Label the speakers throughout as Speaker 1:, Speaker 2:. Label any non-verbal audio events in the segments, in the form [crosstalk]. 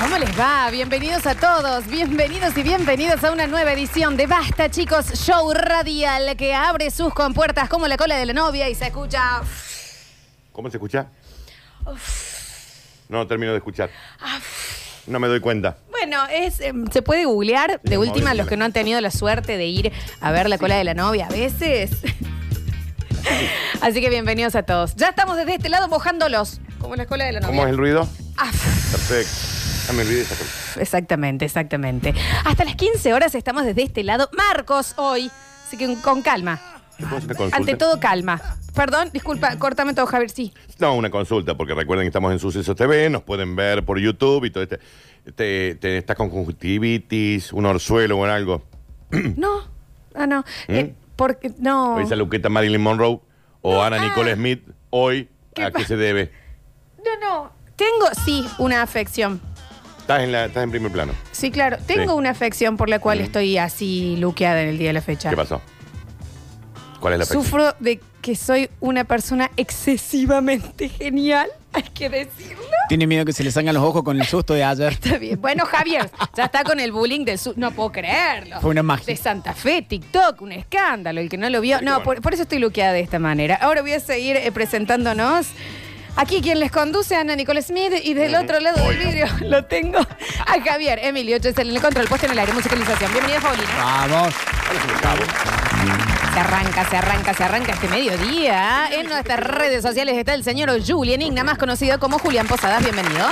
Speaker 1: ¿Cómo les va? Bienvenidos a todos, bienvenidos y bienvenidas a una nueva edición de Basta, chicos, show radial que abre sus compuertas como la cola de la novia y se escucha.
Speaker 2: ¿Cómo se escucha? No, termino de escuchar. No me doy cuenta.
Speaker 1: Bueno, es, eh, se puede googlear. De
Speaker 2: Sí,
Speaker 1: última,
Speaker 2: móvil,
Speaker 1: los que
Speaker 2: dime.
Speaker 1: no han tenido la suerte de ir a ver la cola de la novia a veces. Así que bienvenidos a todos. Ya estamos desde este lado mojándolos, como la cola de la novia.
Speaker 2: ¿Cómo es el ruido?
Speaker 1: Ah,
Speaker 2: Perfecto. Ya me olvidé esa cosa.
Speaker 1: Exactamente, exactamente. Hasta las 15 horas estamos desde este lado. Marcos, hoy. Así que con calma.
Speaker 2: ¿Te puedo hacer una consulta?
Speaker 1: Ante todo, calma. Perdón, disculpa, cortame todo, Javier, sí.
Speaker 2: No, una consulta, porque recuerden que estamos en Sucesos TV, nos pueden ver por YouTube y todo este. Te, te- ¿Estás con conjuntivitis, un orzuelo o algo? Mm.
Speaker 1: No, ah, no. Eh, porque, no.
Speaker 2: O esa luqueta Marilyn Monroe o
Speaker 1: No,
Speaker 2: Ana
Speaker 1: ah.
Speaker 2: Nicole Smith hoy,
Speaker 1: ¿Qué
Speaker 2: ¿a
Speaker 1: pa-
Speaker 2: qué se debe?
Speaker 1: No, no. Tengo, sí, una afección.
Speaker 2: Estás en, la, estás en primer plano.
Speaker 1: Sí, claro. Tengo
Speaker 2: Sí.
Speaker 1: una afección por la cual
Speaker 2: Mm.
Speaker 1: estoy así luqueada en el día de la fecha.
Speaker 2: ¿Qué pasó? ¿Cuál es la fecha?
Speaker 1: Sufro de que soy una persona excesivamente genial, hay que decirlo.
Speaker 3: Tiene miedo que se le salgan los ojos con el susto de ayer.
Speaker 1: Está bien. Bueno, Javier, ya está con el bullying del sur. No puedo creerlo.
Speaker 3: Fue una magia.
Speaker 1: De Santa Fe, TikTok, un escándalo. El que no lo vio.
Speaker 2: Pero
Speaker 1: No,
Speaker 2: bueno.
Speaker 1: por, por eso estoy luqueada de esta manera. Ahora voy a seguir eh, presentándonos. Aquí quien les conduce, Ana Nicole Smith, y del otro lado del vidrio [laughs] lo tengo a Javier, Emilio Chesel en el control, puesto en el aire, musicalización. Bienvenida, Paulina.
Speaker 3: Vamos.
Speaker 1: Se arranca, se arranca, se arranca este mediodía. En nuestras redes sociales está el señor Julian Igna, más conocido como Julián Posadas. Bienvenido.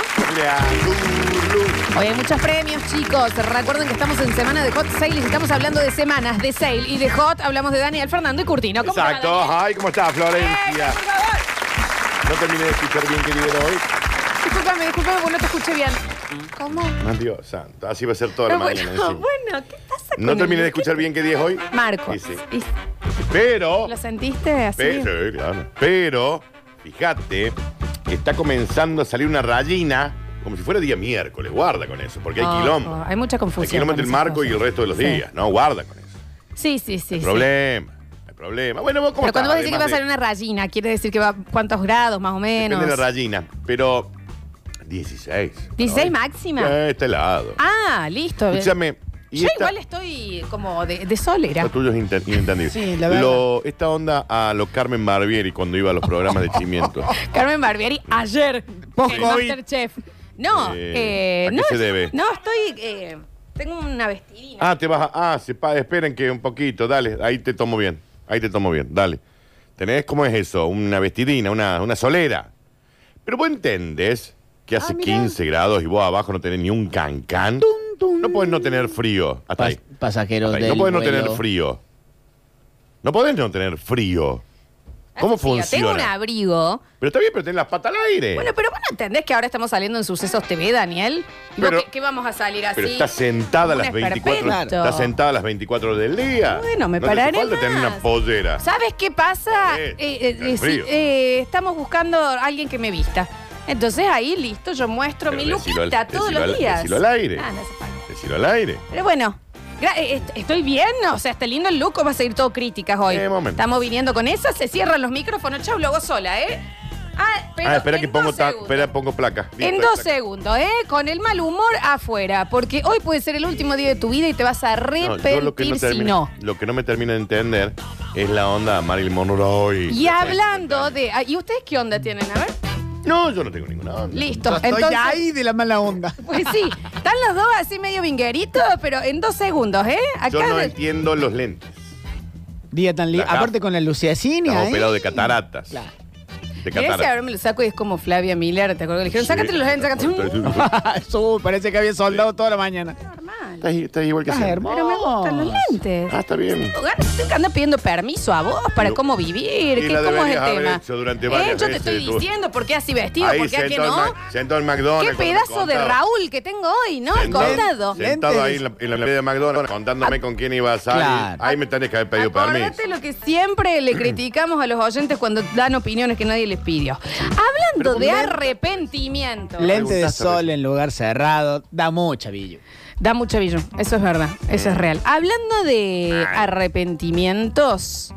Speaker 1: Hoy hay muchos premios, chicos. Recuerden que estamos en semana de Hot Sale y estamos hablando de semanas de Sale y de Hot. Hablamos de Daniel Fernando y Curtino. ¿Cómo te va,
Speaker 2: Exacto.
Speaker 1: Daniel?
Speaker 2: Ay, ¿cómo estás, Florencia?
Speaker 1: Eh, por favor.
Speaker 2: No terminé de escuchar bien, querido, hoy.
Speaker 1: Disculpame, disculpame porque no te escuché bien. ¿Cómo?
Speaker 2: Dios santo, así va a ser toda la
Speaker 1: Pero
Speaker 2: mañana.
Speaker 1: bueno,
Speaker 2: encima.
Speaker 1: bueno, ¿qué pasa con
Speaker 2: No terminé
Speaker 1: el-
Speaker 2: de escuchar bien qué día es hoy.
Speaker 1: Marcos.
Speaker 2: Y sí.
Speaker 1: ¿y
Speaker 2: Pero,
Speaker 1: ¿Lo sentiste así?
Speaker 2: pero, claro. Pero, fíjate, está comenzando a salir una rayina como si fuera día miércoles. Guarda con eso, porque hay
Speaker 1: Ojo,
Speaker 2: quilombo.
Speaker 1: Oh, hay mucha
Speaker 2: Hay
Speaker 1: confusión.
Speaker 2: quilombo entre
Speaker 1: con
Speaker 2: el
Speaker 1: esas
Speaker 2: marco y el
Speaker 1: cosas.
Speaker 2: resto de los
Speaker 1: Sí.
Speaker 2: días, ¿no? Guarda con eso.
Speaker 1: Sí, sí, sí. sí.
Speaker 2: Problema, hay problema. Bueno, vos cómo
Speaker 1: Pero cuando vos
Speaker 2: estás?
Speaker 1: decís que va a
Speaker 2: Además
Speaker 1: salir
Speaker 2: de-
Speaker 1: una rayina, quiere decir que va cuántos grados más o menos.
Speaker 2: Depende de la rayina, pero 16. para
Speaker 1: 16
Speaker 2: hoy.
Speaker 1: máxima.
Speaker 2: Ya está helado.
Speaker 1: Ah, listo.
Speaker 2: Escúchame. y
Speaker 1: Yo
Speaker 2: esta-
Speaker 1: igual estoy como de, de solera.
Speaker 2: Lo tuyo es inte- inentendible.
Speaker 3: Sí, la verdad.
Speaker 2: Lo- esta onda a los Carmen Barbieri cuando iba a los programas de
Speaker 3: [laughs]
Speaker 2: Chimiento.
Speaker 1: Carmen Barbieri ayer en
Speaker 3: Post-COVID.
Speaker 1: Masterchef. No,
Speaker 2: Eh,
Speaker 1: eh,
Speaker 2: ¿a qué
Speaker 1: no,
Speaker 2: se debe?
Speaker 1: no, estoy, eh, tengo una vestidina.
Speaker 2: Ah, te vas a. Ah, se pa- esperen que un poquito, dale. Ahí te tomo bien. Ahí te tomo bien, dale. ¿Tenés cómo es eso? Una vestidina, una, una solera. Pero vos entendés que hace
Speaker 3: Ah,
Speaker 2: 15 grados y vos abajo no tenés ni un cancán. No podés no tener frío. Hasta
Speaker 3: Pas-
Speaker 2: ahí.
Speaker 3: pasajeros
Speaker 2: Hasta ahí.
Speaker 3: del
Speaker 2: No podés no
Speaker 3: vuelo.
Speaker 2: tener frío. No podés no tener frío.
Speaker 3: Ah,
Speaker 1: Hace
Speaker 2: ¿Cómo
Speaker 1: frío. Tengo un
Speaker 2: funciona? Eh.
Speaker 1: abrigo.
Speaker 2: Pero está bien, pero tenés las patas al aire.
Speaker 1: Bueno, pero vos no entendés que ahora estamos saliendo en Sucesos TV, Daniel. No,
Speaker 2: Pero-
Speaker 1: que, que vamos a salir así.
Speaker 2: Pero está sentada a
Speaker 1: Un
Speaker 2: las 24
Speaker 1: esperpento.
Speaker 2: Está sentada a las 24 horas del día.
Speaker 1: Bueno, me
Speaker 2: no te hace
Speaker 1: pararé
Speaker 2: falta
Speaker 1: más.
Speaker 2: tener una pollera.
Speaker 1: ¿Sabes qué pasa?
Speaker 2: Eh,
Speaker 1: Eh, eh,
Speaker 2: está
Speaker 1: decí-
Speaker 2: frío.
Speaker 1: eh, estamos buscando a alguien que me vista. Entonces ahí, listo, yo muestro
Speaker 2: Pero
Speaker 1: mi
Speaker 2: decilo al-
Speaker 1: luquita todos
Speaker 2: decilo
Speaker 1: los
Speaker 2: al-
Speaker 1: días.
Speaker 2: decilo al aire.
Speaker 1: Ah, no hace falta.
Speaker 2: Decirlo al aire.
Speaker 1: Pero bueno, gra- eh, est- estoy bien, o sea, está lindo el look, o va a seguir todo críticas hoy.
Speaker 2: Eh, momento.
Speaker 1: Estamos viniendo con esa, se cierran los micrófonos, chau, lo hago sola, ¿eh? Ah, pero
Speaker 2: ah, espera
Speaker 1: en
Speaker 2: que pongo,
Speaker 1: dos
Speaker 2: ta-
Speaker 1: segundos.
Speaker 2: espera, pongo placa. Listo,
Speaker 1: En
Speaker 2: ahí
Speaker 1: dos
Speaker 2: está.
Speaker 1: segundos, ¿eh? Con el mal humor afuera, porque hoy puede ser el último día de tu vida y te vas a
Speaker 2: No,
Speaker 1: arrepentir
Speaker 2: yo lo que, no
Speaker 1: si
Speaker 2: termino-
Speaker 1: no.
Speaker 2: lo que no me termina de entender es la onda de Marilyn Monroe.
Speaker 1: Y hablando de... ah, ¿Y ustedes qué onda tienen? A ver.
Speaker 2: No, yo no tengo ninguna onda.
Speaker 1: Listo.
Speaker 3: Yo Estoy
Speaker 1: Entonces,
Speaker 3: ahí de la mala onda.
Speaker 1: pues sí, están los dos así medio vingueritos, pero en dos segundos, ¿eh? Acá
Speaker 2: Yo no
Speaker 1: de-
Speaker 2: entiendo los lentes.
Speaker 3: Día tan lindo.
Speaker 2: Ajá.
Speaker 3: Aparte con la lucecina.
Speaker 2: Estás
Speaker 3: ¿eh? [laughs]
Speaker 2: operado de cataratas.
Speaker 3: Claro.
Speaker 2: De
Speaker 1: Mirá si ahora
Speaker 2: cataratas.
Speaker 1: me lo saco y es como Flavia Miller, ¿te acuerdas? Le dijeron,
Speaker 2: Sí.
Speaker 1: sácate los lentes, sácate [laughs]
Speaker 3: Eso, parece que había soldado toda la mañana.
Speaker 1: Normal.
Speaker 2: Estás, estás igual que
Speaker 3: Estás
Speaker 2: siempre.
Speaker 3: hermoso.
Speaker 1: Pero me gustan los lentes.
Speaker 2: Ah, está bien.
Speaker 1: Tengo ganas, tengo que andar pidiendo permiso a vos para
Speaker 2: Lo-
Speaker 1: cómo vivir,
Speaker 2: Y
Speaker 1: qué,
Speaker 2: la
Speaker 1: cómo es el
Speaker 2: deberías haber
Speaker 1: tema.
Speaker 2: hecho durante
Speaker 1: Eh,
Speaker 2: varias
Speaker 1: yo te
Speaker 2: veces
Speaker 1: estoy
Speaker 2: de tu-
Speaker 1: diciendo por qué así vestido,
Speaker 2: Ahí
Speaker 1: por qué aquí
Speaker 2: sentó,
Speaker 1: no.
Speaker 2: al Mac- sentó en McDonald's.
Speaker 1: Qué
Speaker 2: cuando me
Speaker 1: pedazo de
Speaker 2: contaba.
Speaker 1: Raúl que tengo hoy, ¿no? El
Speaker 2: Sentado-
Speaker 1: contado.
Speaker 2: Sentado
Speaker 3: Lentes.
Speaker 2: ahí en la, en la media de McDonald's
Speaker 1: Ah.
Speaker 2: contándome con quién iba a salir.
Speaker 3: Claro.
Speaker 2: Ahí me tenés que haber pedido permiso.
Speaker 1: Acordate lo que siempre le [clears throat] criticamos a los oyentes cuando dan opiniones que nadie les pidió.
Speaker 2: Pero
Speaker 1: Hablando
Speaker 2: con
Speaker 1: de
Speaker 2: lentes.
Speaker 1: arrepentimiento.
Speaker 3: Lente de
Speaker 2: preguntaste,
Speaker 3: sol en lugar cerrado. Da mucha billo.
Speaker 1: Da mucho brillo, eso es verdad, eso es real. Hablando de arrepentimientos,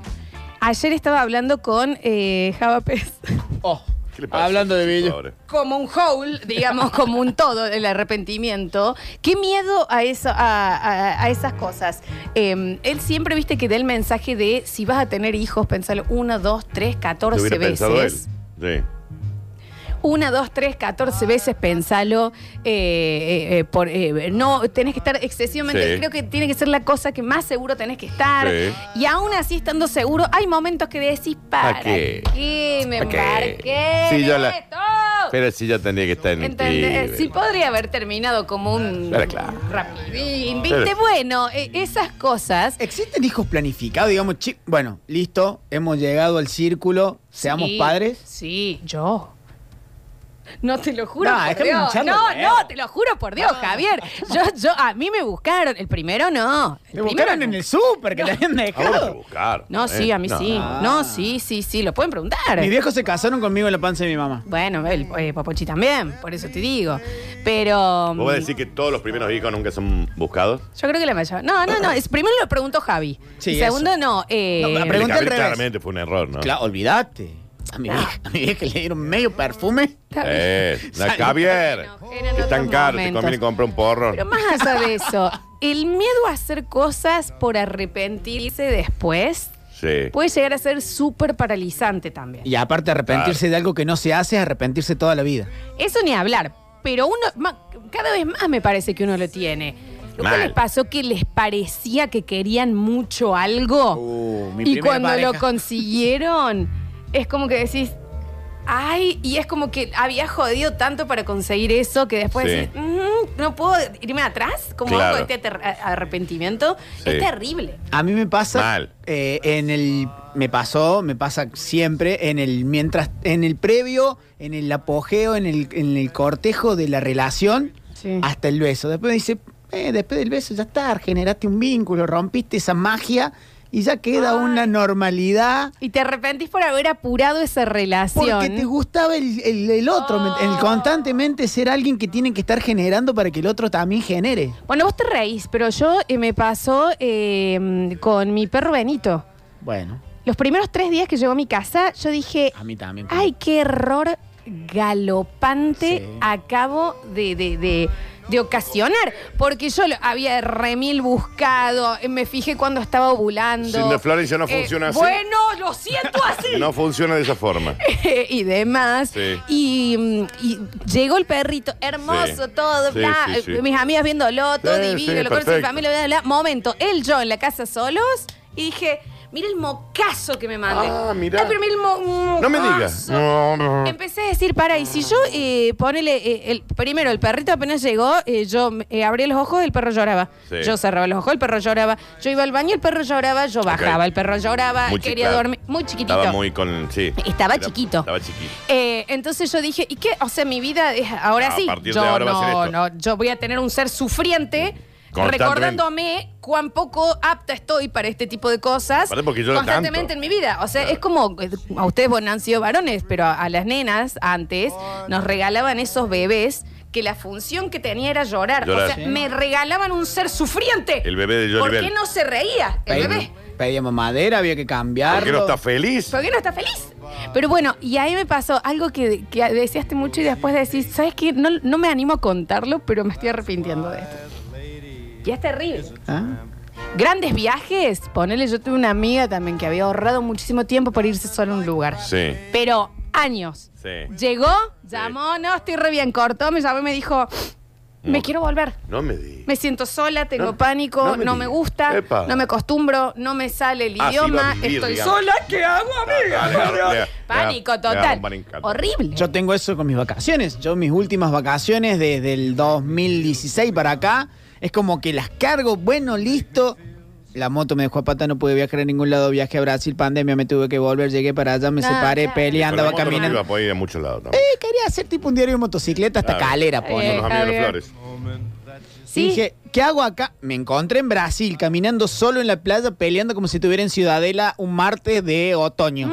Speaker 1: ayer estaba hablando con eh, Java Pez.
Speaker 3: Oh.
Speaker 2: ¿Qué ¿Qué le pasa?
Speaker 3: Hablando de Billo.
Speaker 2: Ahora.
Speaker 1: [laughs] como un whole, digamos, [laughs] como un todo, el arrepentimiento. Qué miedo a, eso, a, a- a esas cosas. Eh, él siempre, viste, que da el mensaje de si vas a tener hijos, pensalo una, dos, tres,
Speaker 2: Lo
Speaker 1: catorce
Speaker 2: hubiera pensado él.
Speaker 1: veces.
Speaker 2: Sí.
Speaker 1: Una, dos, tres, catorce veces
Speaker 2: Ah.
Speaker 1: pensalo. eh, eh, eh, por, eh, no, tenés que estar excesivamente.
Speaker 2: Sí.
Speaker 1: Creo que tiene que ser la cosa que más seguro tenés que estar.
Speaker 2: Sí.
Speaker 1: Y aún así, estando seguro, hay momentos que decís, ¿para,
Speaker 2: ¿Pa' qué?
Speaker 1: qué me
Speaker 2: ¿Pa' qué?
Speaker 1: embarqué?
Speaker 2: Sí,
Speaker 1: en
Speaker 2: yo la-
Speaker 1: esto?
Speaker 2: Pero sí ya tendría que estar en el
Speaker 1: ¿Entendés?
Speaker 2: pibe.
Speaker 1: Sí, podría haber terminado como un
Speaker 2: Claro, claro.
Speaker 1: rapidín,
Speaker 2: Claro.
Speaker 1: ¿viste? Bueno, e- esas cosas.
Speaker 3: ¿Existen hijos planificados? Digamos, chi- bueno, listo, hemos llegado al círculo, seamos
Speaker 1: Sí,
Speaker 3: padres.
Speaker 1: Sí, yo. No te lo juro
Speaker 3: No,
Speaker 1: por
Speaker 3: déjame
Speaker 1: Dios.
Speaker 3: hinchando
Speaker 1: No,
Speaker 3: el huevo.
Speaker 1: no, te lo juro por Dios, Javier. Yo, yo, a mí me buscaron. El primero no. El
Speaker 3: Te
Speaker 1: primero
Speaker 3: buscaron
Speaker 1: no.
Speaker 3: en el súper, que te habían [laughs]
Speaker 2: Ahora te
Speaker 3: dejado.
Speaker 2: buscar.
Speaker 1: No,
Speaker 2: ¿eh?
Speaker 1: sí, a mí
Speaker 2: No,
Speaker 1: sí.
Speaker 2: no.
Speaker 1: No, sí, sí, sí. Lo pueden preguntar.
Speaker 3: Mis viejos se casaron conmigo en la panza de mi mamá.
Speaker 1: Bueno, el eh, Popochi también, por eso te digo. Pero. mm,
Speaker 2: ¿Vos vas a decir que todos los primeros hijos nunca son buscados?
Speaker 1: Yo creo que la mayor. No, no, no. es- primero lo preguntó Javi.
Speaker 3: Sí,
Speaker 1: Y segundo,
Speaker 3: eso.
Speaker 1: no. eh,
Speaker 3: No, la
Speaker 2: El de
Speaker 3: Pregunta al
Speaker 2: Gabriel
Speaker 3: revés.
Speaker 2: claramente fue un error, ¿no?
Speaker 3: Claro, olvídate. A mi, vieja, a mi vieja le dieron medio perfume.
Speaker 2: Eh, la
Speaker 3: Salió.
Speaker 2: Javier,
Speaker 1: Bueno, eran
Speaker 2: que es tan
Speaker 1: otros
Speaker 2: caro, te
Speaker 1: momentos.
Speaker 2: conviene comprar un porro.
Speaker 1: Pero más allá de eso, el miedo a hacer cosas por arrepentirse después
Speaker 2: Sí.
Speaker 1: puede llegar a ser súper paralizante también.
Speaker 3: Y aparte, arrepentirse
Speaker 2: Claro.
Speaker 3: de algo que no se hace es arrepentirse toda la vida.
Speaker 1: Eso ni hablar. Pero uno, ma- cada vez más me parece que uno lo tiene. ¿Nunca
Speaker 2: Mal.
Speaker 1: les pasó que les parecía que querían mucho algo?
Speaker 3: Uh,
Speaker 1: y
Speaker 3: mi primera
Speaker 1: cuando lo
Speaker 3: pareja.
Speaker 1: consiguieron, es como que decís, ay, y es como que había jodido tanto para conseguir eso que después
Speaker 2: Sí.
Speaker 1: decís, "Mm, no puedo irme atrás, como
Speaker 2: Claro.
Speaker 1: hago este ater- arrepentimiento.
Speaker 2: Sí.
Speaker 1: Es terrible.
Speaker 3: A mí me pasa.
Speaker 2: Mal.
Speaker 3: eh, en el. Me pasó, me pasa siempre en el mientras, en el previo, en el apogeo, en el, en el cortejo de la relación,
Speaker 1: Sí.
Speaker 3: hasta el beso. Después dice, eh, después del beso ya está, generaste un vínculo, rompiste esa magia y ya queda una normalidad.
Speaker 1: Y te arrepentís por haber apurado esa relación.
Speaker 3: Porque te gustaba el, el- el otro, ¿me-
Speaker 1: Oh.
Speaker 3: el constantemente ser alguien que tienen que estar generando para que el otro también genere.
Speaker 1: Bueno, vos te reís, pero yo eh, me pasó eh, con mi perro Benito.
Speaker 3: Bueno,
Speaker 1: Los primeros tres días que llegó a mi casa, yo dije,
Speaker 3: a mí también.
Speaker 1: Ay, qué error galopante
Speaker 3: Sí.
Speaker 1: acabo de, de- de- de ocasionar. Porque yo lo había remil buscado, eh, me fijé cuando estaba ovulando.
Speaker 2: Sin de Florencia no
Speaker 1: Eh,
Speaker 2: funciona así.
Speaker 1: Bueno, lo siento así.
Speaker 2: [laughs] No funciona de esa forma.
Speaker 1: [laughs] y demás.
Speaker 2: Sí.
Speaker 1: Y, mm, y llegó el perrito, hermoso
Speaker 2: Sí.
Speaker 1: todo,
Speaker 2: Sí,
Speaker 1: bla,
Speaker 2: sí, sí.
Speaker 1: eh, mis amigas viéndolo, todo
Speaker 2: Sí,
Speaker 1: divino,
Speaker 2: sí,
Speaker 1: lo conoce mi
Speaker 2: perfecto.
Speaker 1: familia, bla, bla, bla. Momento, él, yo, en la casa solos, y dije, mira el mocazo que me mandé.
Speaker 2: Ah, mirá.
Speaker 1: Ay, pero mira el mo-
Speaker 2: No me digas.
Speaker 1: mocazo.
Speaker 2: No, no, no.
Speaker 1: Empecé a decir, para, y si yo, eh, ponele, eh, el, primero, el perrito apenas llegó, eh, yo eh, abrí los ojos, el perro lloraba.
Speaker 2: Sí.
Speaker 1: Yo cerraba los ojos, el perro lloraba. Yo iba al baño, el perro lloraba. Yo bajaba, el perro lloraba.
Speaker 2: Muy
Speaker 1: quería
Speaker 2: chiquita.
Speaker 1: dormir. Muy chiquitito.
Speaker 2: Estaba muy con. Sí.
Speaker 1: Estaba
Speaker 2: Era-
Speaker 1: chiquito.
Speaker 2: Estaba chiquito.
Speaker 1: Eh, entonces yo dije, ¿y qué? O sea, mi vida es ahora
Speaker 2: A
Speaker 1: sí.
Speaker 2: partir de
Speaker 1: Yo
Speaker 2: ahora va a ser
Speaker 1: no,
Speaker 2: esto.
Speaker 1: no, yo voy a tener un ser sufriente
Speaker 2: Constantemente.
Speaker 1: recordándome cuán poco apta estoy para este tipo de cosas
Speaker 2: Aparte porque yo lo
Speaker 1: constantemente
Speaker 2: tanto.
Speaker 1: en mi vida. O sea,
Speaker 2: Claro.
Speaker 1: es como, eh, a ustedes bueno, han sido varones, pero a, a las nenas antes nos regalaban esos bebés que la función que tenía era llorar.
Speaker 2: Llorar.
Speaker 1: O sea,
Speaker 2: Sí.
Speaker 1: me regalaban un ser sufriente.
Speaker 2: El bebé de Johnny
Speaker 1: ¿Por
Speaker 2: Bell.
Speaker 1: qué no se reía el bebé?
Speaker 3: Pedíamos madera, había que cambiarlo.
Speaker 2: ¿Por qué no está feliz?
Speaker 1: ¿Por qué no está feliz? Pero bueno, y ahí me pasó algo que, que deseaste mucho y después decís, ¿sabes qué? No, no me animo a contarlo, pero me estoy arrepintiendo de esto. Y es terrible.
Speaker 3: ¿Ah?
Speaker 1: Grandes viajes. Ponele, yo tuve una amiga también que había ahorrado muchísimo tiempo por irse sola a un lugar.
Speaker 2: Sí.
Speaker 1: Pero años.
Speaker 2: Sí.
Speaker 1: Llegó, llamó, no, estoy re bien, cortó, me llamó y me dijo, me
Speaker 2: No.
Speaker 1: quiero volver.
Speaker 2: No me digas.
Speaker 1: Me siento sola, tengo
Speaker 2: No,
Speaker 1: pánico, no
Speaker 2: no
Speaker 1: me,
Speaker 2: me digas.
Speaker 1: gusta,
Speaker 2: Epa.
Speaker 1: no me acostumbro, no me sale el
Speaker 2: Ah, sí, iba
Speaker 1: idioma,
Speaker 2: a vivir,
Speaker 1: estoy
Speaker 2: digamos. Ah,
Speaker 1: sola, ¿qué hago, amiga?
Speaker 2: Dale, dale, dale.
Speaker 1: Pánico
Speaker 2: Le da- le da
Speaker 1: total.
Speaker 2: un pánico.
Speaker 1: Horrible.
Speaker 3: Yo tengo eso con mis vacaciones. Yo mis últimas vacaciones desde el 2016 para acá, es como que las cargo, bueno, listo. La moto me dejó a pata, no pude viajar a ningún lado, viajé a Brasil, pandemia, me tuve que volver, llegué para allá, me
Speaker 1: No,
Speaker 3: separé,
Speaker 1: claro.
Speaker 3: peleé,
Speaker 2: Con la
Speaker 3: andaba
Speaker 2: moto no te
Speaker 3: caminando.
Speaker 2: iba a poder ir a muchos lados. ¿no?
Speaker 3: Eh, quería hacer tipo un diario de motocicleta hasta
Speaker 2: Claro.
Speaker 3: calera, pues,
Speaker 1: Eh,
Speaker 2: Como
Speaker 3: pone.
Speaker 2: los amigos de
Speaker 1: Javier.
Speaker 2: Flores.
Speaker 1: sí,
Speaker 3: Dije, ¿qué hago acá? Me encontré en Brasil, caminando solo en la playa, peleando como si estuviera en Ciudadela un martes de otoño.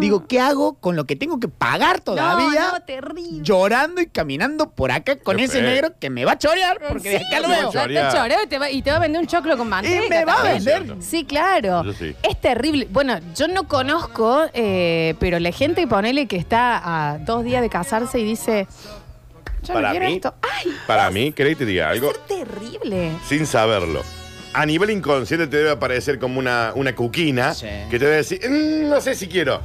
Speaker 3: Digo, ¿qué hago con lo que tengo que pagar todavía?
Speaker 1: Mm. No, no, terrible.
Speaker 3: Llorando y caminando por acá con
Speaker 2: Qué
Speaker 3: ese
Speaker 2: feo.
Speaker 3: negro que me va a chorear porque de
Speaker 1: Sí,
Speaker 3: acá lo
Speaker 1: no,
Speaker 3: veo.
Speaker 1: ya te choreo y te, va, y te va a vender un choclo con manteca.
Speaker 3: me va a
Speaker 1: también.
Speaker 2: vender.
Speaker 1: Sí, claro.
Speaker 2: Yo sí.
Speaker 1: Es terrible. Bueno, yo no conozco, eh, pero la gente ponele que está a dos días de casarse y dice, yo no
Speaker 2: Para
Speaker 1: quiero
Speaker 2: mí,
Speaker 1: esto. ¡Ay!
Speaker 2: Para mí, ¿querés que te diga algo?
Speaker 1: Es terrible.
Speaker 2: Sin saberlo. A nivel inconsciente te debe aparecer como una, una cuquina
Speaker 3: Sí.
Speaker 2: que te debe decir, "Mm, no sé si quiero.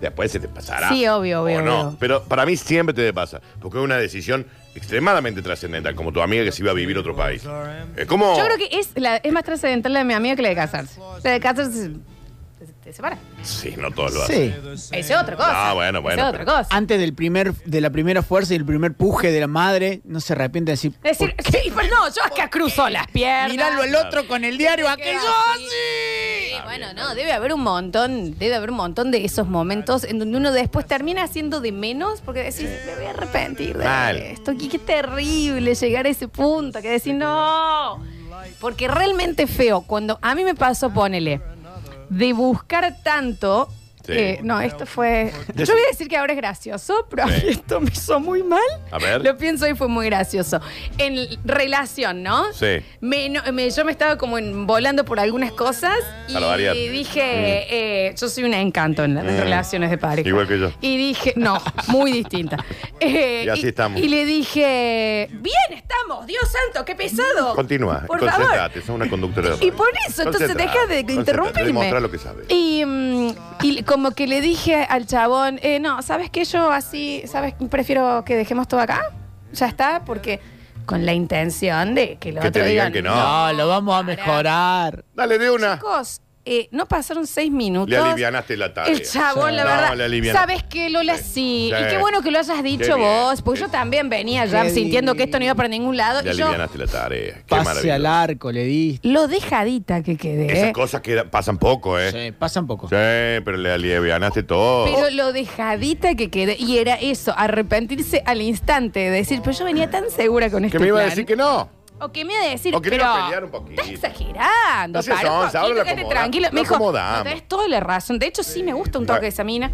Speaker 2: Después se te pasará.
Speaker 1: Sí, obvio, obvio,
Speaker 2: O no.
Speaker 1: obvio.
Speaker 2: Pero para mí siempre te pasa. Porque es una decisión extremadamente trascendental, como tu amiga que se iba a vivir a otro país. Es como.
Speaker 1: Yo creo que es, la, es más trascendental la de mi amiga que la de casarse. La de casarse se- te separa.
Speaker 2: Sí, no todos lo hacen.
Speaker 3: Sí.
Speaker 1: Esa es otra cosa.
Speaker 2: Ah, bueno, bueno,
Speaker 1: Esa es otra
Speaker 2: pero-
Speaker 1: cosa.
Speaker 3: Antes del primer, de la primera fuerza y el primer puje de la madre, no se arrepiente de decir.
Speaker 1: Es decir,
Speaker 3: "¿Por qué?
Speaker 1: sí, pero no, yo acá cruzo las piernas.
Speaker 3: Miralo al otro con el diario
Speaker 1: que
Speaker 3: aquello
Speaker 1: va
Speaker 3: así.
Speaker 1: Sí,
Speaker 2: Ah,
Speaker 1: bueno, no, debe haber un montón, debe haber un montón de esos momentos en donde uno después termina haciendo de menos porque decís, me voy a arrepentir de
Speaker 2: Mal.
Speaker 1: esto. Qué, qué terrible llegar a ese punto, que decís, no. Porque realmente es feo. Cuando a mí me pasó, ponele, de buscar tanto.
Speaker 2: Sí.
Speaker 1: eh, no, esto fue.
Speaker 2: Decí-
Speaker 1: Yo voy a decir que ahora es gracioso, pero a mí
Speaker 2: Sí.
Speaker 1: esto me hizo muy mal.
Speaker 2: A ver.
Speaker 1: Lo pienso y fue muy gracioso. En relación, ¿no?
Speaker 2: Sí.
Speaker 1: Me- no- me- yo me estaba como en- volando por algunas cosas y
Speaker 2: Para variar.
Speaker 1: dije, eh, yo soy un encanto en las
Speaker 2: Mm.
Speaker 1: relaciones de pareja.
Speaker 2: Igual que yo.
Speaker 1: Y dije, no, muy distinta. Eh,
Speaker 2: [laughs] Y así estamos.
Speaker 1: Y le dije, bien estamos, Dios santo, qué pesado.
Speaker 2: Continúa,
Speaker 1: Por favor.
Speaker 2: concentrate, sos una conductora de
Speaker 1: Y
Speaker 2: radio.
Speaker 1: por eso, entonces
Speaker 2: Concentrate,
Speaker 1: deja de
Speaker 2: concentrate,
Speaker 1: interrumpirme.
Speaker 2: Demostrá lo que sabes.
Speaker 1: Y, mm, y como que le dije al chabón, eh, no, ¿sabes qué? Yo así, ¿sabes? Prefiero que dejemos todo acá. Ya está, porque con la intención de que lo
Speaker 2: Que te
Speaker 1: otro digan,
Speaker 2: digan que no.
Speaker 3: No, lo vamos a mejorar.
Speaker 2: Dale de una.
Speaker 1: Chicos, eh, no pasaron seis minutos.
Speaker 2: Le alivianaste la tarea.
Speaker 1: El chabón, la
Speaker 2: No,
Speaker 1: verdad.
Speaker 2: le alivianaste.
Speaker 1: Sabes que Lola sí.
Speaker 2: Sí.
Speaker 1: Y
Speaker 2: Sí.
Speaker 1: qué bueno que lo hayas
Speaker 2: Qué
Speaker 1: dicho
Speaker 2: bien.
Speaker 1: vos, porque
Speaker 2: Sí.
Speaker 1: yo también venía ya
Speaker 3: Qué
Speaker 1: sintiendo
Speaker 3: bien.
Speaker 1: que esto no iba para ningún lado.
Speaker 2: Le
Speaker 1: y yo,
Speaker 2: alivianaste la tarea. Qué
Speaker 3: Pase
Speaker 2: maravilla.
Speaker 3: al arco, le diste.
Speaker 1: lo dejadita que
Speaker 2: Esas
Speaker 1: quedé. ¿eh?
Speaker 2: cosas que pasan poco, ¿eh? Sí.
Speaker 3: Sí, pasan poco.
Speaker 2: pero le alivianaste todo.
Speaker 1: Pero lo dejadita que quedé. Y era eso, arrepentirse al instante. de Decir, pero yo venía tan segura con
Speaker 2: que
Speaker 1: este
Speaker 2: me iba a
Speaker 1: plan.
Speaker 2: decir que no.
Speaker 1: O que me iba a decir,
Speaker 2: O que
Speaker 1: pero...
Speaker 2: iba a pelear un poquito.
Speaker 1: Estás exagerando.
Speaker 2: No seas
Speaker 1: para un
Speaker 2: onza, ahora
Speaker 1: poquito,
Speaker 2: lo
Speaker 1: quédate
Speaker 2: acomodamos.
Speaker 1: tranquilo.
Speaker 2: Lo
Speaker 1: Me dijo,
Speaker 2: acomodamos.
Speaker 1: tenés toda la razón. De hecho, sí me gusta un toque de esa mina.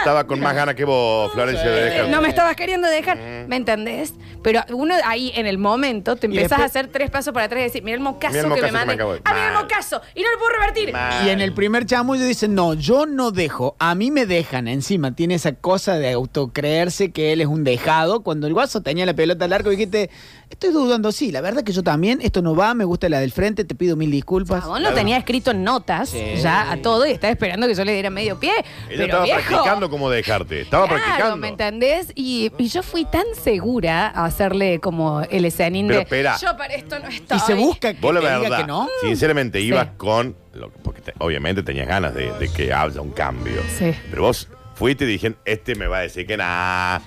Speaker 2: Estaba con más ganas que vos, Florencia. de dejar.
Speaker 1: Eh, No me estabas queriendo dejar,
Speaker 2: Mm.
Speaker 1: ¿me entendés? Pero uno ahí en el momento te
Speaker 3: Y
Speaker 1: empezás a
Speaker 3: después-
Speaker 1: hacer tres pasos para atrás y decir, mira el mocazo,
Speaker 2: Mirá el
Speaker 1: que
Speaker 2: mocazo
Speaker 1: me
Speaker 2: que me
Speaker 1: mandé.
Speaker 2: acabo de-
Speaker 1: Ah, mira el
Speaker 2: Mal.
Speaker 1: mocazo y no lo puedo revertir.
Speaker 2: Mal.
Speaker 3: Y en el primer chamullo dicen, no, yo no dejo, a mí me dejan. Encima tiene esa cosa de autocreerse que él es un dejado. Cuando el guaso tenía la pelota al arco, dijiste, estoy dudando, sí, la verdad que yo también, esto no va, me gusta la del frente, te pido mil disculpas.
Speaker 1: Vos lo tenía escrito en notas
Speaker 3: Sí.
Speaker 1: ya a todo y estaba esperando que yo le diera medio pie.
Speaker 2: Ella
Speaker 1: Pero
Speaker 2: estaba
Speaker 1: viejo,
Speaker 2: practicando cómo dejarte. Estaba
Speaker 1: claro,
Speaker 2: practicando.
Speaker 1: ¿me entendés? Y, y yo fui tan segura a hacerle como el escenín
Speaker 2: Pero
Speaker 1: de.
Speaker 2: espera.
Speaker 1: Yo para esto no estoy.
Speaker 3: Y se busca que
Speaker 2: Vos la
Speaker 3: te diga
Speaker 2: verdad,
Speaker 3: que no.
Speaker 2: sinceramente ibas
Speaker 1: Sí.
Speaker 2: con, lo- porque te- obviamente tenías ganas de, de que haya un cambio.
Speaker 1: Sí.
Speaker 2: Pero vos fuiste y dije, este me va a decir que nada,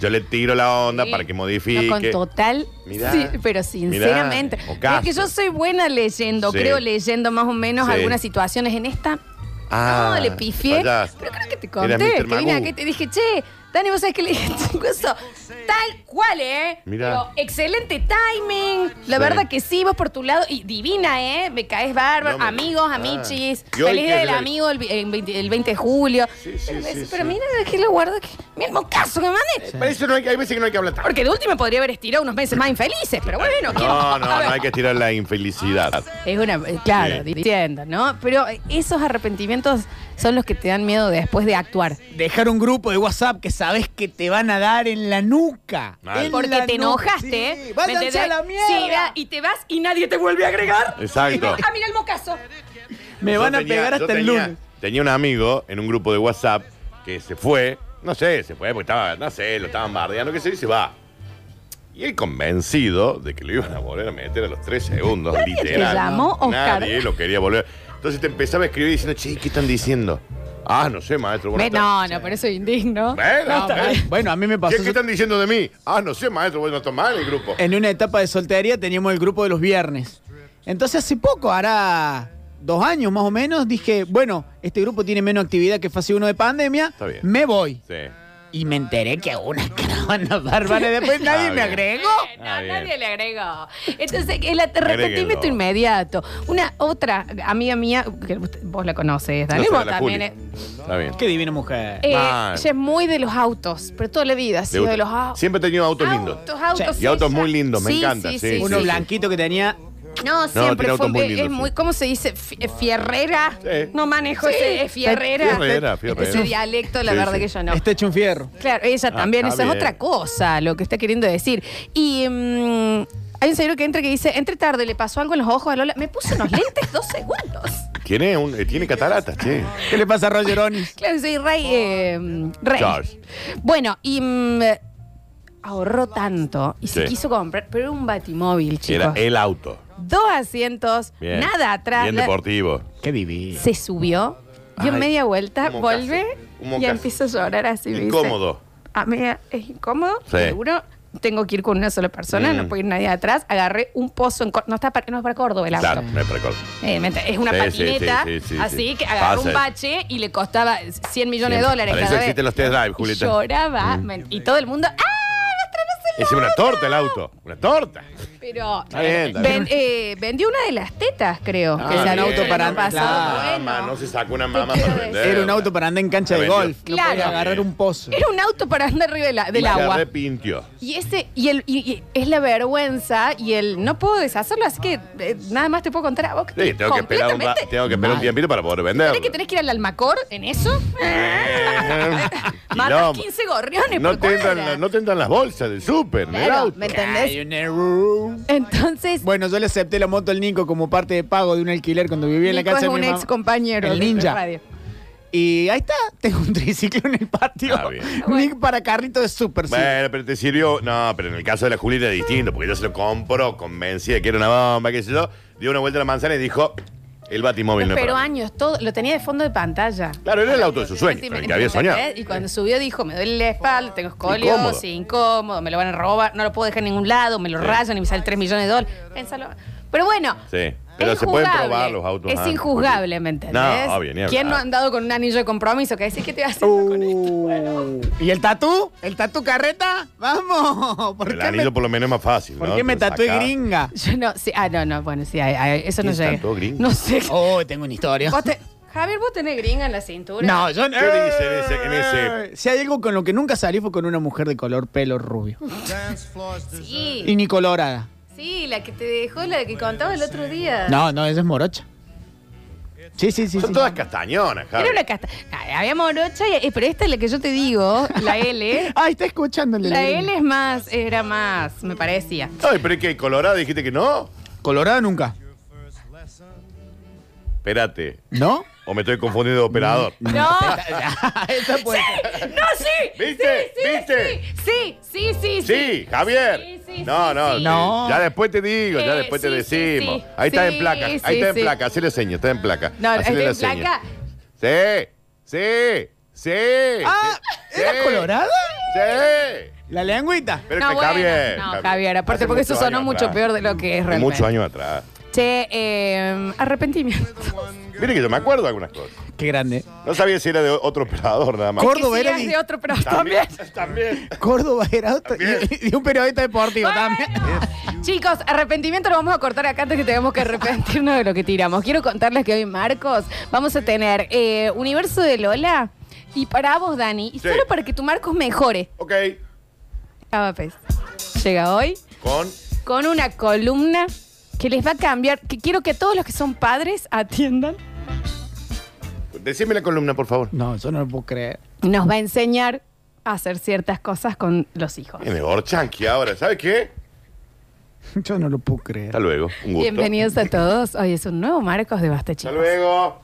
Speaker 2: yo le tiro la onda
Speaker 1: Sí.
Speaker 2: para que
Speaker 1: No, con
Speaker 2: modifique.
Speaker 1: total.
Speaker 2: Mirá.
Speaker 1: sí, pero sinceramente.
Speaker 2: Mirá, mocazo.
Speaker 1: porque yo soy buena leyendo,
Speaker 2: Sí.
Speaker 1: creo leyendo más o menos
Speaker 2: Sí.
Speaker 1: algunas situaciones. En esta,
Speaker 2: Ah,
Speaker 1: no, le pifié.
Speaker 2: fallaste.
Speaker 1: Pero creo que te
Speaker 2: Era
Speaker 1: conté.
Speaker 2: Mr.
Speaker 1: Que vine
Speaker 2: Magoo.
Speaker 1: acá y te dije, che, Dani, vos sabés que le dije [laughs] eso. Tal cual, ¿eh?
Speaker 2: Mirá.
Speaker 1: Pero excelente timing. La
Speaker 2: Sí.
Speaker 1: verdad que sí, vos por tu lado. Y divina, ¿eh? Me caes bárbaro.
Speaker 2: No me-
Speaker 1: Amigos,
Speaker 2: Ah.
Speaker 1: amichis.
Speaker 2: Y hoy
Speaker 1: Feliz
Speaker 2: que
Speaker 1: día
Speaker 2: es
Speaker 1: del
Speaker 2: el-
Speaker 1: amigo el, vi- el 20, el 20 de julio.
Speaker 2: Sí, sí,
Speaker 1: pero me
Speaker 2: sí,
Speaker 1: decís, pero
Speaker 2: sí.
Speaker 1: mira, que lo guardo. que- Mira el mocazo que me mandé.
Speaker 2: Para eso no hay, que- hay veces que no hay que hablar tanto.
Speaker 1: Porque de última podría haber estirado unos meses más infelices, pero bueno, ¿qué
Speaker 2: No, no,
Speaker 1: a ver.
Speaker 2: no hay que tirar la infelicidad.
Speaker 1: Es una, eh, claro,
Speaker 2: Sí.
Speaker 1: diciendo, ¿no? Pero eh, esos arrepentimientos son los que te dan miedo después de actuar.
Speaker 3: Dejar un grupo de WhatsApp que sabes que te van a dar en la nuca.
Speaker 2: Mal.
Speaker 3: En
Speaker 1: Porque
Speaker 3: la
Speaker 1: te
Speaker 3: nuca.
Speaker 1: enojaste.
Speaker 3: Sí,
Speaker 1: ¿me
Speaker 3: váyanse
Speaker 1: entendés?
Speaker 3: a la mierda.
Speaker 1: Sí, va, y te vas y nadie te vuelve a agregar.
Speaker 2: Exacto.
Speaker 1: Ah, mira el mocazo.
Speaker 3: Me
Speaker 2: Yo
Speaker 3: van a
Speaker 2: tenía-
Speaker 3: pegar
Speaker 2: yo
Speaker 3: hasta el
Speaker 2: tenía-
Speaker 3: lunes.
Speaker 2: Tenía un amigo en un grupo de WhatsApp que se fue, no sé, se fue porque estaba, no sé, lo estaban bardeando, qué sé, yo, y se va. Y él convencido de que lo iban a volver a meter a los tres segundos,
Speaker 1: Nadie te
Speaker 2: literal.
Speaker 1: llamó, Oscar.
Speaker 2: Nadie lo quería volver. Entonces te empezaba a escribir diciendo, che, ¿qué están diciendo? Ah, no sé, maestro.
Speaker 1: Ve,
Speaker 2: buenas tardes".
Speaker 1: no, no, pero eso es indigno.
Speaker 2: Bueno,
Speaker 1: No, está
Speaker 2: bueno.
Speaker 1: bien.
Speaker 3: Ah, Bueno, a mí me pasó.
Speaker 2: ¿Qué, qué están diciendo de mí? Ah, no sé, maestro, bueno, está mal el grupo.
Speaker 1: Eh,
Speaker 3: En una etapa de soltería teníamos el grupo de los viernes. Entonces hace poco, hará dos años más o menos, dije, bueno, este grupo tiene menos actividad que fase 1 de pandemia,
Speaker 2: Está bien.
Speaker 3: me voy.
Speaker 2: Sí.
Speaker 3: Y me enteré que una [laughs] caravana bárbara. Después nadie me
Speaker 2: bien.
Speaker 3: agregó.
Speaker 1: No,
Speaker 2: Ah, bien.
Speaker 1: nadie le agregó. Entonces, el at-
Speaker 2: Agréguenlo.
Speaker 1: arrepentimiento inmediato. Una otra amiga mía, que usted- vos la conoces, Dani,
Speaker 2: No
Speaker 1: vos
Speaker 2: será la
Speaker 1: también.
Speaker 2: Juli.
Speaker 1: eh,
Speaker 2: Está bien.
Speaker 3: Qué divina mujer.
Speaker 1: eh,
Speaker 2: Ah.
Speaker 1: ella es muy de los autos, pero toda la vida ha
Speaker 2: Le
Speaker 1: sido
Speaker 2: gusta.
Speaker 1: de los au-
Speaker 2: Siempre he tenido autos lindos.
Speaker 1: Autos, autos,
Speaker 3: Sí.
Speaker 2: Y autos
Speaker 1: sí,
Speaker 2: muy
Speaker 1: ya.
Speaker 2: lindos, me
Speaker 1: Sí,
Speaker 2: encanta, sí, sí,
Speaker 3: Uno
Speaker 2: sí.
Speaker 3: blanquito que tenía.
Speaker 1: No, siempre
Speaker 2: tiene
Speaker 1: fue
Speaker 2: autos muy
Speaker 1: es- es
Speaker 2: lindos,
Speaker 1: muy,
Speaker 2: sí.
Speaker 1: ¿cómo se dice? Fi- eh, Fierrera.
Speaker 2: Sí.
Speaker 1: No manejo ese, es fierrera.
Speaker 2: Fierrera, fierrera.
Speaker 1: Ese dialecto, la
Speaker 2: Sí,
Speaker 1: verdad
Speaker 2: sí. Este
Speaker 1: que yo no.
Speaker 3: Está este hecho un fierro.
Speaker 1: Claro, ella
Speaker 2: Ah,
Speaker 1: también,
Speaker 2: está
Speaker 1: esa es
Speaker 2: bien.
Speaker 1: otra cosa, lo que está queriendo decir. Y mm, hay un señor que entra que dice, entre tarde, le pasó algo en los ojos a Lola, me puso unos lentes dos segundos.
Speaker 2: Tiene, un, eh, tiene cataratas, che.
Speaker 1: Ah,
Speaker 3: ¿Qué le pasa a Roger Onis?
Speaker 1: Claro, soy rey. eh, mm, rey.
Speaker 2: Charles.
Speaker 1: Bueno, y mm, ahorró tanto y se
Speaker 2: Sí.
Speaker 1: quiso comprar, pero era un batimóvil,
Speaker 2: Era
Speaker 1: chicos.
Speaker 2: el auto.
Speaker 1: Dos asientos,
Speaker 2: Bien.
Speaker 1: nada atrás.
Speaker 2: Bien
Speaker 1: la-
Speaker 2: deportivo.
Speaker 3: Qué divina.
Speaker 1: se subió, dio
Speaker 2: Ay,
Speaker 1: media vuelta,
Speaker 2: un mocazo,
Speaker 1: vuelve
Speaker 2: un
Speaker 1: y
Speaker 2: mocazo.
Speaker 1: empieza a llorar así. me dice,
Speaker 2: Incómodo.
Speaker 1: Amiga, es incómodo,
Speaker 2: Sí.
Speaker 1: seguro. Tengo que ir con una sola persona,
Speaker 2: Mm.
Speaker 1: no puede ir nadie atrás. Agarré un pozo en Córdoba. No, está para, no es para Córdoba el auto.
Speaker 2: Claro, me recuerdo.
Speaker 1: Eh, me ent- es una
Speaker 2: Sí,
Speaker 1: patineta,
Speaker 2: sí, sí, sí, sí.
Speaker 1: así que agarró
Speaker 2: Pasa.
Speaker 1: un bache y le costaba 100 millones de dólares.
Speaker 2: Para eso
Speaker 1: cada vez.
Speaker 2: existen los test drive,
Speaker 1: Y
Speaker 2: Julieta. Mm.
Speaker 1: lloraba me- y todo el mundo. ¡Ah!
Speaker 2: Es una torta el auto. Una torta.
Speaker 1: Pero
Speaker 2: Está bien, está
Speaker 1: ven-
Speaker 2: bien.
Speaker 1: eh, vendió una de las tetas, creo.
Speaker 2: Ah,
Speaker 1: que
Speaker 3: era un
Speaker 1: salió
Speaker 3: auto
Speaker 1: el
Speaker 3: para-
Speaker 1: año pasado.
Speaker 3: claro.
Speaker 1: Bueno.
Speaker 2: Mamá, no se sacó una mamá
Speaker 1: quiero
Speaker 2: para
Speaker 1: decir?
Speaker 2: vender.
Speaker 3: Era un auto para andar en cancha
Speaker 2: La
Speaker 3: de
Speaker 2: vendió.
Speaker 3: golf.
Speaker 1: Claro.
Speaker 3: No podía agarrar un pozo.
Speaker 1: Era un auto para andar arriba de la- del
Speaker 2: Y
Speaker 1: agua.
Speaker 2: Se arrepintió.
Speaker 1: Y ese, y el, y, y es la vergüenza y el no puedo deshacerlo, así que eh, nada más te puedo contar a vos que
Speaker 2: Sí, tengo que esperar un, ra-
Speaker 1: completamente-
Speaker 2: tengo que esperar un
Speaker 3: mal.
Speaker 2: tiempito para poder vender.
Speaker 1: ¿Tenés que tenés que ir al almacor en eso? [laughs] Matas 15 gorriones
Speaker 2: Eh, no
Speaker 1: por
Speaker 2: te,
Speaker 1: cuadra.
Speaker 2: entran, la- no te entran las bolsas del súper, en el
Speaker 1: Claro,
Speaker 2: auto.
Speaker 1: ¿me entendés?
Speaker 3: Millionaire room.
Speaker 1: Entonces,
Speaker 3: Bueno, yo le acepté la moto al Nico como parte de pago de un alquiler cuando vivía en la
Speaker 1: Nico
Speaker 3: casa
Speaker 1: es
Speaker 3: de mi
Speaker 1: un
Speaker 3: mamá.
Speaker 1: ex compañero
Speaker 3: El
Speaker 1: de
Speaker 3: ninja.
Speaker 1: radio.
Speaker 3: Y ahí está, tengo un triciclo en el patio.
Speaker 2: Ah, bien.
Speaker 3: [laughs] Nick para carrito de super sí.
Speaker 2: Bueno, pero te sirvió. No, pero en el caso de la Julieta es distinto, porque yo se lo compro, convencida que era una bomba, qué sé yo. Dio una vuelta a la manzana y dijo: el batimóvil no es
Speaker 1: Pero
Speaker 2: para mí".
Speaker 1: años, todo, lo tenía de fondo de pantalla.
Speaker 2: Claro, era el auto de su sueño,
Speaker 1: Sí,
Speaker 2: con el
Speaker 1: me- [laughs]
Speaker 2: que había
Speaker 1: me-
Speaker 2: soñado.
Speaker 1: Y cuando subió dijo, me duele la espalda, tengo escoliosis, incómodo. me lo van a robar, no lo puedo dejar en ningún lado, me lo
Speaker 2: Sí.
Speaker 1: rayan y me sale 3 millones de dólares. Pénsalo. Pero bueno.
Speaker 2: Sí, pero
Speaker 1: es
Speaker 2: se pueden
Speaker 1: jugable.
Speaker 2: probar los autos
Speaker 1: Es
Speaker 2: antes,
Speaker 1: injuzgable,
Speaker 2: porque-
Speaker 1: ¿me entendés?
Speaker 2: No, obvio, ni hablar.
Speaker 1: ¿Quién no ha andado con un anillo de compromiso? Que decís que te voy a
Speaker 2: [laughs]
Speaker 1: hacer con esto.
Speaker 3: Uh, ¿Y el tatú? ¿El tatú carreta? Vamos. ¿Por
Speaker 2: El
Speaker 3: qué
Speaker 2: anillo
Speaker 3: me,
Speaker 2: por lo menos es más fácil.
Speaker 3: por
Speaker 2: ¿no?
Speaker 3: qué me
Speaker 2: Te
Speaker 3: tatué
Speaker 2: sacás. [laughs]
Speaker 3: gringa?
Speaker 1: Yo no, sí, ah, no, no, bueno, sí, ay, ay, eso no
Speaker 2: ¿Quién
Speaker 1: llega.
Speaker 2: tanto gringo?
Speaker 1: No sé.
Speaker 3: Oh, tengo una historia.
Speaker 1: Vos te- Javier, vos tenés gringa en la cintura.
Speaker 3: No, yo no.
Speaker 2: Yo le hice en ese- en ese-
Speaker 3: Si hay algo con lo que nunca salí fue con una mujer de color pelo rubio.
Speaker 1: Sí.
Speaker 3: Y ni colorada.
Speaker 1: Sí, la que te dejó, la que contaba el otro día.
Speaker 3: No, no, esa es morocha. Sí, sí, sí.
Speaker 2: Son
Speaker 3: sí.
Speaker 2: todas castañonas, Javi.
Speaker 1: Era una casta. Ah, Había morocha, y- eh, pero esta es la que yo te digo, la
Speaker 2: [laughs]
Speaker 1: L.
Speaker 3: Ah, está escuchándole.
Speaker 1: La L es más, era más, me parecía.
Speaker 2: Ay, pero es que Colorado dijiste que no.
Speaker 3: Colorada nunca.
Speaker 2: Espérate.
Speaker 3: ¿No?
Speaker 2: O me estoy confundiendo de operador.
Speaker 1: No,
Speaker 3: [laughs]
Speaker 2: [laughs]
Speaker 3: Esa puede ser.
Speaker 1: no, sí.
Speaker 2: ¿Viste?
Speaker 1: Sí, sí,
Speaker 2: ¿Viste?
Speaker 1: Sí, sí, sí, sí.
Speaker 2: Sí, Javier.
Speaker 1: Sí, sí,
Speaker 2: no,
Speaker 1: sí,
Speaker 2: no,
Speaker 1: sí.
Speaker 3: No.
Speaker 2: Ya después te digo, ya
Speaker 1: Eh,
Speaker 2: después te
Speaker 1: sí, sí,
Speaker 2: decimos.
Speaker 1: sí.
Speaker 2: Ahí está
Speaker 1: Sí,
Speaker 2: en placa, ahí
Speaker 1: sí,
Speaker 2: está en
Speaker 1: sí.
Speaker 2: placa, hacele seña, está en placa.
Speaker 1: No, este,
Speaker 2: Hacele
Speaker 1: ¿está en
Speaker 2: la seña. Sí, sí, sí.
Speaker 3: Ah,
Speaker 2: sí,
Speaker 3: ¿era
Speaker 2: sí,
Speaker 3: colorada?
Speaker 2: Sí.
Speaker 3: La lengüita.
Speaker 2: Pero
Speaker 1: No,
Speaker 2: que
Speaker 1: bueno,
Speaker 2: Javier.
Speaker 1: no, Javier, aparte porque eso sonó mucho peor de lo que es realmente.
Speaker 2: Muchos años atrás.
Speaker 1: Che, eh, arrepentimiento.
Speaker 2: Mire que yo me acuerdo de algunas cosas.
Speaker 3: Qué grande.
Speaker 2: No sabía si era de otro operador nada más.
Speaker 3: Cor-
Speaker 1: [laughs] Que
Speaker 3: Córdoba era
Speaker 1: sigas
Speaker 3: mi-
Speaker 1: de otro, pero también.
Speaker 2: [laughs] También.
Speaker 3: Córdoba era otro-
Speaker 2: También.
Speaker 3: y, y un periodista deportivo también.
Speaker 1: Chicos, arrepentimiento lo vamos a cortar acá antes que tengamos que arrepentirnos de lo que tiramos. Quiero contarles que hoy, Marcos, vamos a tener eh, Universo de Lola y para vos, Dani, y
Speaker 2: Sí.
Speaker 1: solo para que tu Marcos mejore.
Speaker 2: Ok.
Speaker 1: Abapes llega hoy
Speaker 2: Con.
Speaker 1: con una columna que les va a cambiar, que quiero que todos los que son padres atiendan.
Speaker 2: Decime la columna, por favor.
Speaker 3: No, yo no lo puedo creer.
Speaker 1: Nos va a enseñar a hacer ciertas cosas con los hijos.
Speaker 2: Viene Gorchanqui ahora, ¿sabes qué?
Speaker 3: Yo no lo puedo creer.
Speaker 2: Hasta luego. Un gusto.
Speaker 1: Bienvenidos a todos. Hoy es un nuevo Marcos de Basta,
Speaker 2: Hasta
Speaker 1: chicos.
Speaker 2: luego.